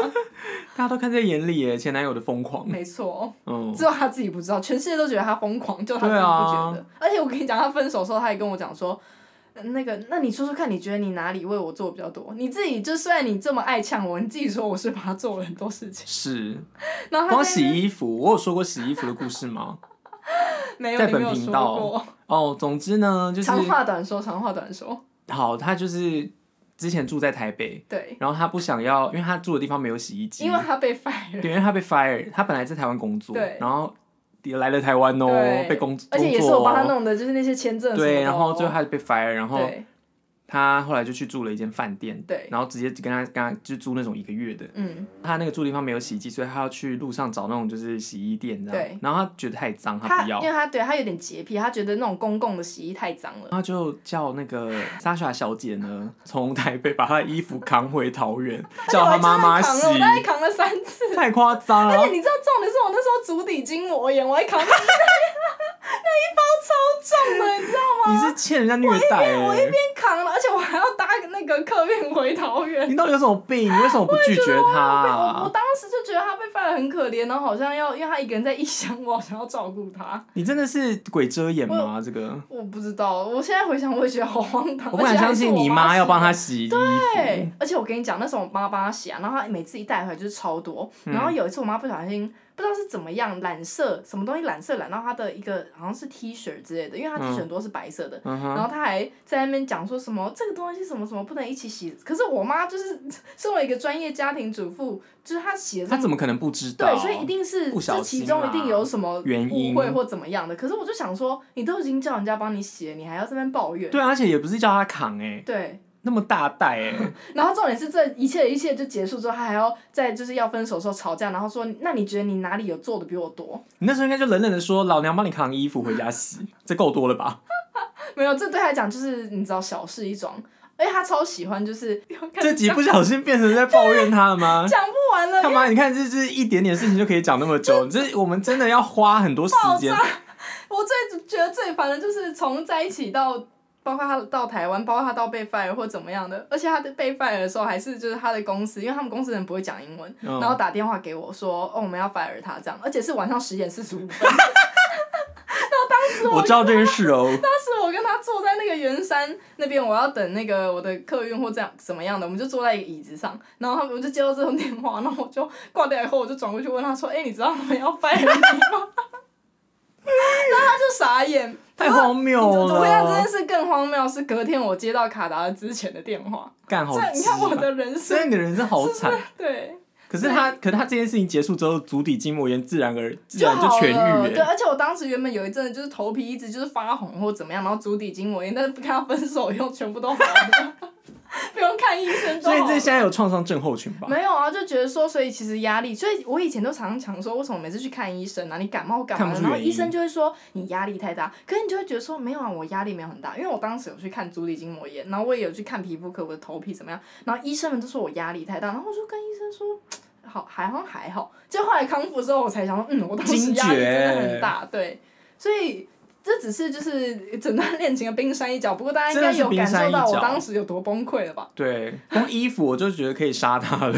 大家都看在眼里耶，前男友的疯狂。没错，嗯，只有他自己不知道，全世界都觉得他疯狂，就他自己不觉得。对啊而且我跟你讲，他分手的时候，他也跟我讲说。呃那个，那你说说看，你觉得你哪里为我做比较多？你自己就虽然你这么爱呛我，你自己说我是把他做了很多事情， 是。然后他在光那洗衣服，我有说过洗衣服的故事吗？没有在你本没有说频道过，哦，总之呢，就是长话短说，长话短说，好，他就是之前住在台北，对，然后他不想要，因为他住的地方没有洗衣机，因为他被 fire， 对，因为他被 fire，他本来在台湾工作，对然后也来了台湾哦对，被工而且也工是作我帮他哦弄的，就是那些签证什么的哦对，然后最后他就被 fire，然后对他后来就去住了一间饭店，对，然后直接跟他跟他就租那种一个月的。嗯，他那个住的地方没有洗衣机，所以他要去路上找那种就是洗衣店这样。对然后他觉得太脏，他不因要，为他对他有点洁癖，他觉得那种公共的洗衣太脏了。他就叫那个 Sasha 小姐呢，从台北把她的衣服扛回桃园，叫她妈妈洗，我大概扛了三次。太夸张了。然而后且你知道重点是我那时候足底筋膜炎，我还扛 那一包超重的，你知道吗？你是欠人家虐待我哎、一边扛了，而且我还要搭那个客运回桃园。你到底有什么病？你为什么不拒绝她、啊我我当时就觉得他被犯得很可怜，然后好像要因为他一个人在异乡，我好像要照顾他。你真的是鬼遮眼吗？这个我不知道，我现在回想我也觉得好荒唐。我不敢相信你妈要帮他。她洗衣服。嗯对，而且我跟你讲，那时候我妈帮他洗啊，然后她每次一带回来就是超多。嗯然后有一次我妈不小心不知道是怎么样染色，什么东西染色染到她的一个好像是 T 恤之类的，因为她 T 恤很多是白色的。嗯哼，然后她还在那边讲说什么这个东西什么什么不能一起洗，可是我妈就是 身为一个专业家庭主妇，就是她洗的这她么怎么可能不知道？对，所以一定是不小这心其中一定啦有什么原因误会或怎么样的。可是我就想说，你都已经叫人家帮你洗了，你还要这边抱怨？对啊，而且也不是叫她扛哎、对，那么大袋哎、然后重点是这一切的一切就结束之后，他还要在就是要分手的时候吵架，然后说那你觉得你哪里有做的比我多？ 你那时候应该就冷冷的说：“老娘帮你扛衣服回家洗，这够多了吧？没有，这对他来讲就是你知道小事一桩，而且他超喜欢就是 这集不小心变成在抱怨她了吗？讲不完了，干嘛？你看，这就是一点点事情就可以讲那么久，这我们真的要花很多时间。我最觉得最烦的就是从在一起到，包括他到台湾，包括他到被 fire 或怎么样的，而且他的被 fire 的时候还是就是他的公司，因为他们公司人不会讲英文，嗯然后打电话给我说，哦，我们要 fire 他这样，而且是晚上十点四十五分。 我知道这件事哦，当时我跟他坐在那个圆山那边，我要等那个我的客运或这样怎么样的，我们就坐在一个椅子上，然后他们我就接到这通电话，然后我就挂掉以后，我就转过去问他说：“哎、你知道他们要 fire 你吗？”然后 他就傻眼。太荒谬我啊跟你讲，这件了，事更荒谬是隔天我接到卡达之前的电话，干好这你急看我啊！的人生，真的人生好惨。对，可是他，可是他这件事情结束之后，足底筋膜炎自然而自然好了。痊愈欸对，啊耶。而且我当时原本有一阵子就是头皮一直就是发红或怎么样，然后足底筋膜炎，但是不跟他分手以后全部都好了， 不用看医生都所以好这了。现在有创伤症候群吧？没有啊，就觉得说，所以其实压力，所以我以前都常常想说，为什么每次去看医生啊，你感冒干看嘛不的？出然后原医生因就会说你压力太大，可是你就会觉得说没有啊，我压力没有很大，因为我当时有去看足底筋膜炎，然后我也有去看皮肤科，我的头皮怎么样，然后医生们都说我压力太大，然后我就跟医生说。好，还好像还好。就后来康复之后，我才想说，嗯，我当时惊压力真的觉很大，对，所以这只是就是整段恋情的冰山一角。不过大家应真的该是有冰感山受一到我角当时有多崩溃了吧？对，光衣服我就觉得可以杀他了。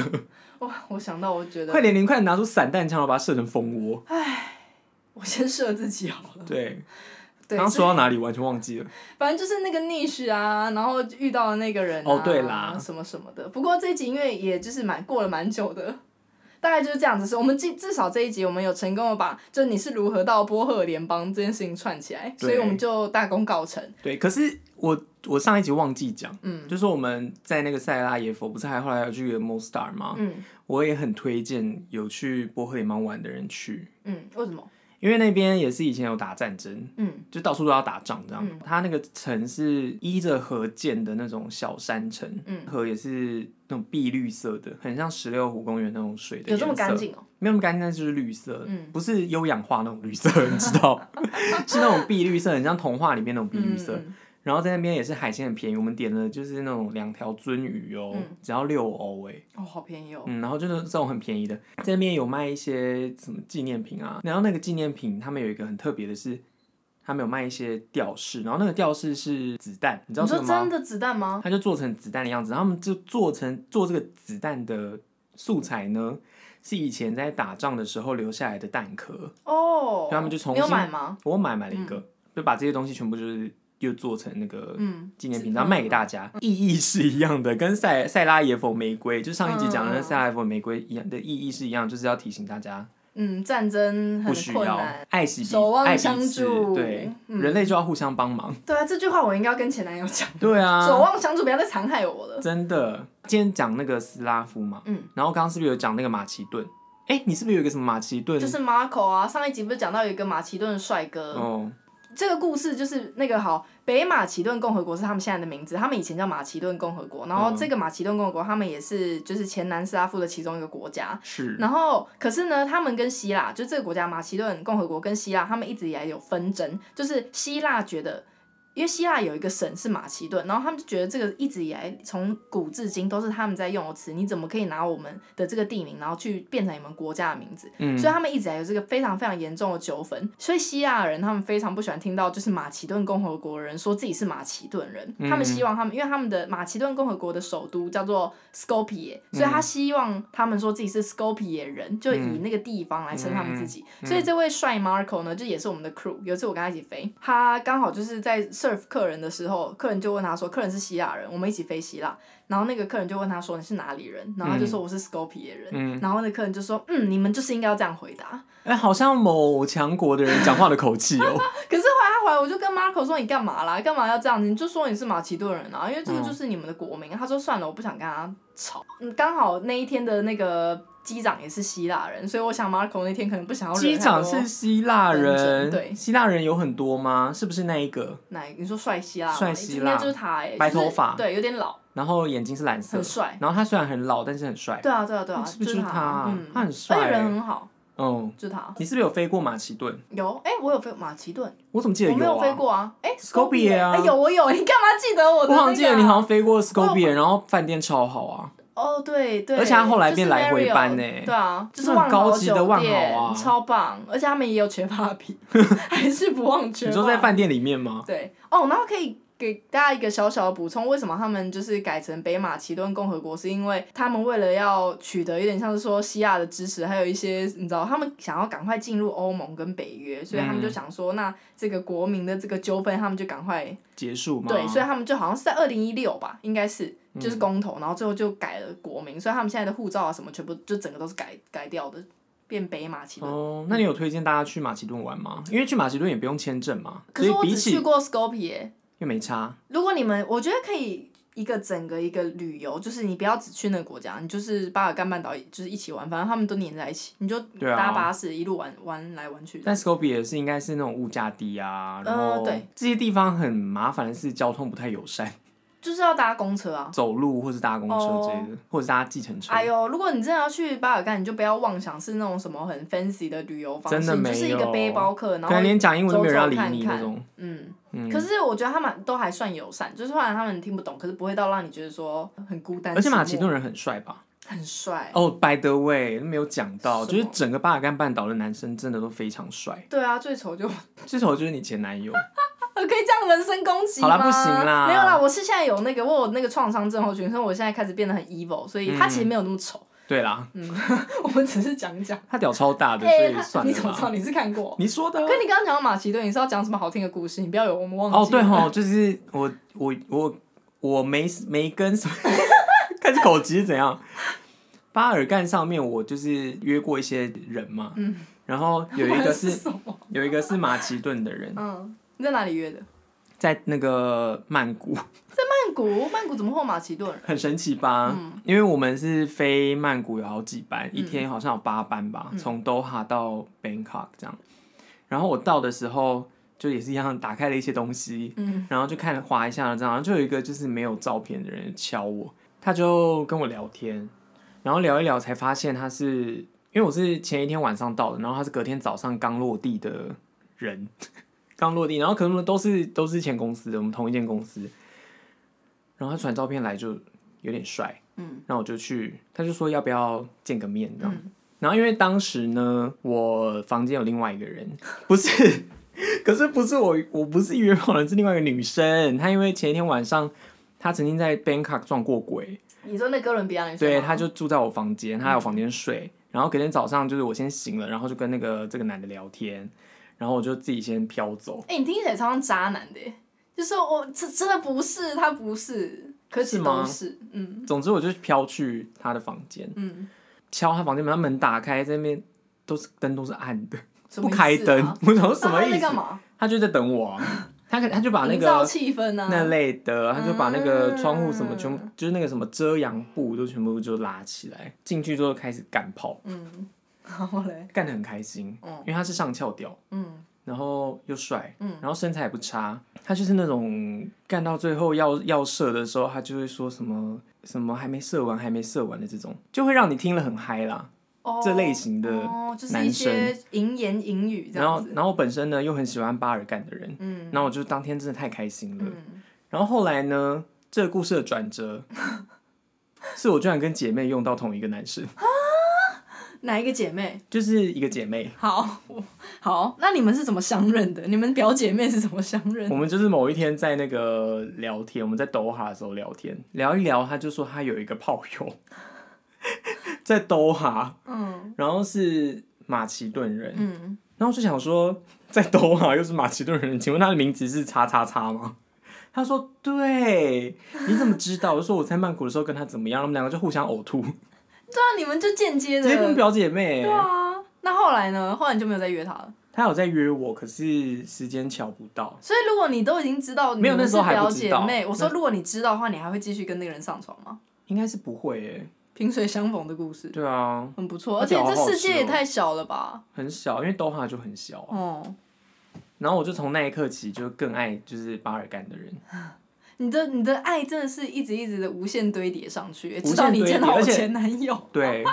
哇，我想到，我觉得快点，你快点拿出散弹枪，我把它射成 蜂窝。我先射自己哦好了。 对，对，刚刚所说到哪里完全忘记了。以反正就是那个 niche 啊，然后遇到的那个人、啊、哦对啦什么什么的。不过这一集因为也就是蛮过了蛮久的，大概就是这样子。是我们至至少这一集我们有成功的把就你是如何到波赫联邦这件事情串起来，所以对我们就大功告成。对，可是我我上一集忘记讲，嗯就是我们在那个塞拉耶夫，不是还后来有去 Mo Star 吗？嗯我也很推荐有去波赫里芒玩的人去，嗯，为什么？因为那边也是以前有打战争，嗯就到处都要打仗这样。嗯它那个城是依着河建的那种小山城，嗯河也是那种碧绿色的，很像十六湖公园那种水的有颜这色。么干净哦？没有那么干净，但是就是绿色，嗯不是优氧化那种绿色， 你知道，是那种碧绿色，很像童话里面那种碧绿色。嗯然后在那边也是海鲜很便宜，我们点了就是那种两条鳟鱼哦，嗯只要六欧哎，哦，好便宜哦。嗯，然后就是这种很便宜的，在那边有卖一些什么纪念品啊，然后那个纪念品他们有一个很特别的是，他们有卖一些吊饰，然后那个吊饰是子弹，你知道你这说个真吗？的子弹吗？它就做成子弹的样子，然后他们就做成做这个子弹的素材呢，是以前在打仗的时候留下来的弹壳，哦，他们就重你有新买吗？我买买了一个，就把这些东西全部就是又做成那个嗯，纪念品，然后卖给大家，意义是一样的，跟塞塞拉耶夫玫瑰，就上一集讲的那塞拉耶夫玫瑰一样的意义是一样，就是要提醒大家嗯，战争不很需困要难。爱惜彼守望爱相彼此助，对，嗯人类就要互相帮忙， 对啊，这句话我应该要跟前男友讲。对守啊，望相助，不要再残害我 了。真的。今天讲那个斯拉夫嘛，嗯，然后刚刚是不是有讲那个马其顿？哎，你是不是有一个什么马其顿？就是 Marco 啊，上一集不是讲到有一个马其顿的帅哥，哦，这个故事就是那个好，北马其顿共和国是他们现在的名字，他们以前叫马其顿共和国，然嗯后这个马其顿共和国他们也是就是前南斯拉夫的其中一个国家，是，然后，可是呢，他们跟希腊，就这个国家马其顿共和国跟希腊，他们一直以来有纷争，就是希腊觉得。因为希腊有一个省是马其顿，然后他们就觉得这个一直以来从古至今都是他们在用的词，你怎么可以拿我们的这个地名，然后去变成你们国家的名字？嗯所以他们一直以来有这个非常非常严重的纠纷。所以希腊人他们非常不喜欢听到就是马其顿共和国人说自己是马其顿人，嗯他们希望他们因为他们的马其顿共和国的首都叫做 Skopje，所以嗯他希望他们说自己是 Skopje 人，就嗯以那个地方来称他们自己。所以这位帅 Marco 呢，就也是我们的 crew。有一次我跟他一起飞，他刚好就是在 serve 客人的时候，客人就问他说，客人是希腊人，我们一起飞希腊。然后那个客人就问他说你是哪里人，然后他就说我是 Skopje 人，嗯然后那客人就说嗯，你们就是应该要这样回答。哎、好像某强国的人讲话的口气 哦、可是后来他回来，我就跟 Marco 说：“你干嘛啦？干嘛要这样子？你就说你是马其顿人啊，因为这个嗯就是你们的国啊名。他说：“算了，我不想跟他吵。”嗯，刚好那一天的那个机长也是希腊人，所以我想 Marco 那天可能不想要惹机太长多是希腊人，人哦对希腊人有很多吗？是不是那一个？哪一个？你说帅希腊吗，帅希应腊该就是他哎、欸，白就是头发对，有点老，然后眼睛是蓝色很，帅。然后他虽然很老，但是很帅。对啊，对啊，对啊，是不是是就是他啊嗯，他很帅而且人欸很好，嗯，就是他。你是不是有飞过马其顿？有哎、我有飞马其顿，我怎么记得我没有有啊？飞过啊。哎、 Skopje 啊哎有我有，你干嘛记得我的、那个我啊？好像记得你好像飞过有 Skopje，然后饭店超好啊。哦，对对，而且他后来变就是来回 Marriott，班欸对啊，就是这很万豪高级的万酒店豪啊超棒，而且他们也有缺芭 比，还是不忘缺。你说在饭店里面吗？对哦，然后可以给大家一个小小的补充，为什么他们就是改成北马其顿共和国，是因为他们为了要取得有点像是说希腊的支持，还有一些你知道他们想要赶快进入欧盟跟北约，所以他们就嗯想说，那这个国民的这个纠纷，他们就赶快结束吗？对，所以他们就好像是在二零一六吧，应该是就是公投，然后最后就改了国名，所以他们现在的护照啊什么全部就整个都是改改掉的，变北马其顿。哦，那你有推荐大家去马其顿玩吗？因为去马其顿也不用签证嘛，可所是以我比只去起过 Skopje，又没差。如果你们我觉得可以一个整个一个旅游，就是你不要只去那个国家，你就是巴尔干半岛就是一起玩，反正他们都黏在一起，你就对啊搭巴士一路玩玩来玩去。但 Skopje 也是应该是那种物价低啊，然呃后对这些地方很麻烦的是交通不太友善，就是要搭公车啊！ 走路或是搭公车之哦类的，或者是搭计程车。哎呦，如果你真的要去巴尔干，你就不要妄想是那种什么很 fancy 的旅游方式，真的你就没是一个有背包客，然可后能连讲英文都没有人要走走看理你那看种。嗯，嗯，可是我觉得他们都还算友善，就是虽然他们听不懂，可是不会到让你觉得说很孤单。而且马其寂寞顿人很帅吧？很帅，哦、b y the way，没有讲到，哎什就么是整个巴尔干半岛的男生真的都非常帅。对啊，最丑就 可这首就是你前男友，以这样人身攻击吗？好啦不行啦没有啦，我是现在有那个我有那个创伤症候群，所以我现在开始变得很 evil，所以他其实没有那么丑，对啦，我们只是讲讲。他屌超大的，嗯所哎、以嗯他算了你怎么知道吧。你是看过？你说的啊。可你刚刚讲到马其顿，你是要讲什么好听的故事？你不要有我们忘记哦，对了 吼，就是我我我我没没跟什么 开始口急是怎样？巴尔干上面我就是约过一些人嘛，嗯然后有一不个然是是什么？有一个是马其顿的人，嗯，你在哪里约的？在那个曼谷，曼谷，曼谷怎么会有马其顿人？很神奇吧？嗯因为我们是飞曼谷有好几班，一天好像有八班吧，嗯从 Doha 到 Bangkok 这样。然后我到的时候就也是一样，打开了一些东西，嗯，然后就看了划一下这样，然后就有一个就是没有照片的人敲我，他就跟我聊天，然后聊一聊才发现他是因为我是前一天晚上到的，然后他是隔天早上刚落地的人， 刚落地，然后可能都是都是前公司的，我们同一间公司，然后他传照片来就有点帅，嗯，那我就去，他就说要不要见个面这样，嗯然后因为当时呢，我房间有另外一个人，不是， 可是不是我，我不是约炮人，是另外一个女生。她因为前一天晚上，她曾经在 Bangkok 撞过鬼，你说那哥伦比亚人是吗？对，她就住在我房间，她在我房间嗯睡。然后隔天早上就是我先醒了，然后就跟那个这个男的聊天，然后我就自己先飘走。哎、你听起来超像渣男的耶，欸就是我这真的不是，他不是，可是是吗都是，嗯总之我就飘去她的房间，嗯，敲她房间门，她门打开，在那边都是灯都是暗的，什么不意思开 灯，啊，我想说什么那他意在思？干嘛？她就在等 我、啊，她可她就把那营个造气氛啊，那类的，他就把那个窗户什么全部嗯，就是那个什么遮阳布都全部就拉起来，进去之后开始干炮，嗯，然后嘞，干得很开心，嗯因为他是上翘吊，嗯，然后又帅，嗯，然后身材也不差。他就是那种干到最后要要射的时候，他就会说什么什么还没射完，还没射完的这种，就会让你听了很嗨啦。哦这类型的哦，就是一男些淫言淫语这然样后子，然后我本身呢又很喜欢巴尔干的人，嗯然后我就当天真的太开心了。嗯，然后后来呢，这个故事的 转折是我居然跟姐妹用到同一个男生，哪一个姐妹？就是一个姐妹。好，我好，那你们是怎么相认的？你们表姐妹是怎么相认我？们就是某一天在那个聊天，我们在抖哈的时候聊天，聊一聊，他就说他有一个炮友 在抖哈，嗯然后是马其顿人，嗯，然后我就想说在抖哈又是马其顿人，请问他的名字是叉叉叉吗？他说：“对，你怎么知道？”我就说：“我在曼谷的时候跟他怎么样，他们两个就互相呕吐，对啊，你们就间接直的，接变表姐妹。对啊。那后来呢？后来你就没有再约他了。他有在约我，可是时间瞧不到。所以如果你都已经知道你没有们那是时候还表不知姐道妹，我那说如果你知道的话，你还会继续跟那个人上床吗？应该是不会诶、萍水相逢的故事对啊，很不错，而而且且这好好世界吃也哦太小了吧？很小，因为抖哈就很小啊、哦，然后我就从那一刻起就更爱就是巴尔干的人，你的你的爱真的是一直一直的无限堆叠上去，无限直到你见到堆叠我而且前男友， 对。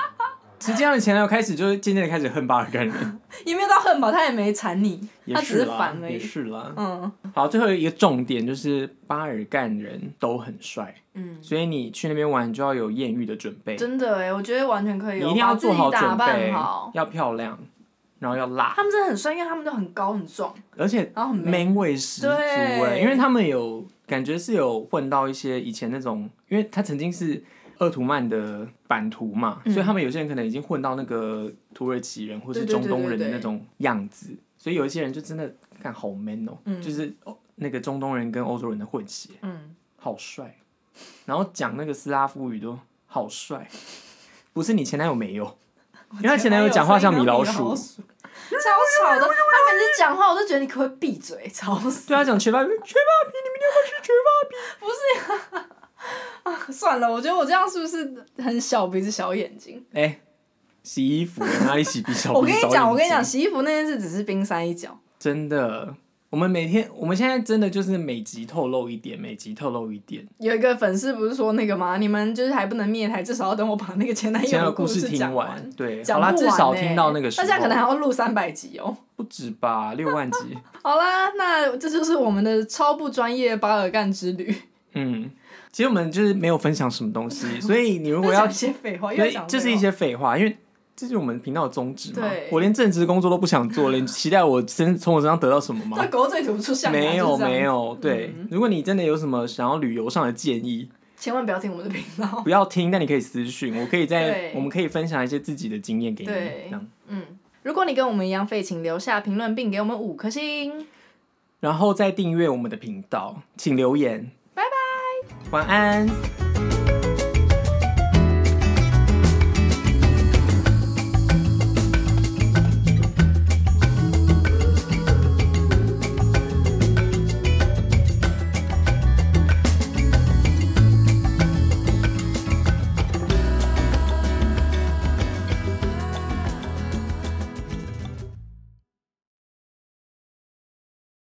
其实这样的前男友开始就是渐渐的开始恨巴尔干人，也没有到恨吧，他也没缠你，也他只是是啦烦，而也已。是啦。嗯好，最后一个重点就是巴尔干人都很帅，嗯，所以你去那边玩就要有艳遇的准备，真的哎，我觉得完全可以你哦，一定要把自做己好打准扮备好，。要漂亮，然后要辣，他们真的很帅，因为他们都很高很壮，而且然后哦很 man。 man 味十足哎、对因为他们有感觉是有混到一些以前那种，因为他曾经是鄂图曼的版图嘛，嗯所以他们有些人可能已经混到那个土耳其人或是对对对中东人的对对那种样子，所以有一些人就真的看好 man 哦、嗯就是哦那个中东人跟欧洲人的混血，嗯，好帅，然后讲那个斯拉夫语都好帅，不是你前男友没 有，因为他前男友讲话像米老鼠，超 吵的。他每次讲话，我都觉得你可不可以闭嘴，吵死。对他啊讲缺乏缺乏皮，你明天会是缺乏。算了，我觉得我这样是不是很小鼻子小眼睛？哎、洗衣服哪里洗比 小？我跟你讲，我跟你讲，比较洗衣服那件事只是冰山一角。紧，真的，我们每天，我们现在真的就是每集透露一点，每集透露一点，有一个粉丝不是说那个吗？你们就是还不能灭台，至少要等我把那个前男先友的把故事听讲完。。对，讲好不啦，完、欸，至少听到那个时候，大家可能还要录三百集哦。不止 吧，六万集。好啦，那这就是我们的超不专业巴尔干之旅。嗯，其实我们就是没有分享什么 东西，所以你如果又讲要一，些废话，又对要，讲这是废一话些废话，因为。这是我们频道的宗旨嘛对？我连正职工作都不想做了，你期待我身从我身上得到什 么吗？对狗嘴吐不出象牙，就没有是这样嗯没，有，对。如果你真的有什么想要旅游上的建议，千万不要听我们的频道。不要听，但你可以私讯，我可以在对我们可以分享一些自己的经验给你。对这样，嗯，如果你跟我们一样废，请留下评论并给我们五颗星。然后再订阅我们的频道，请留言。拜拜，晚安。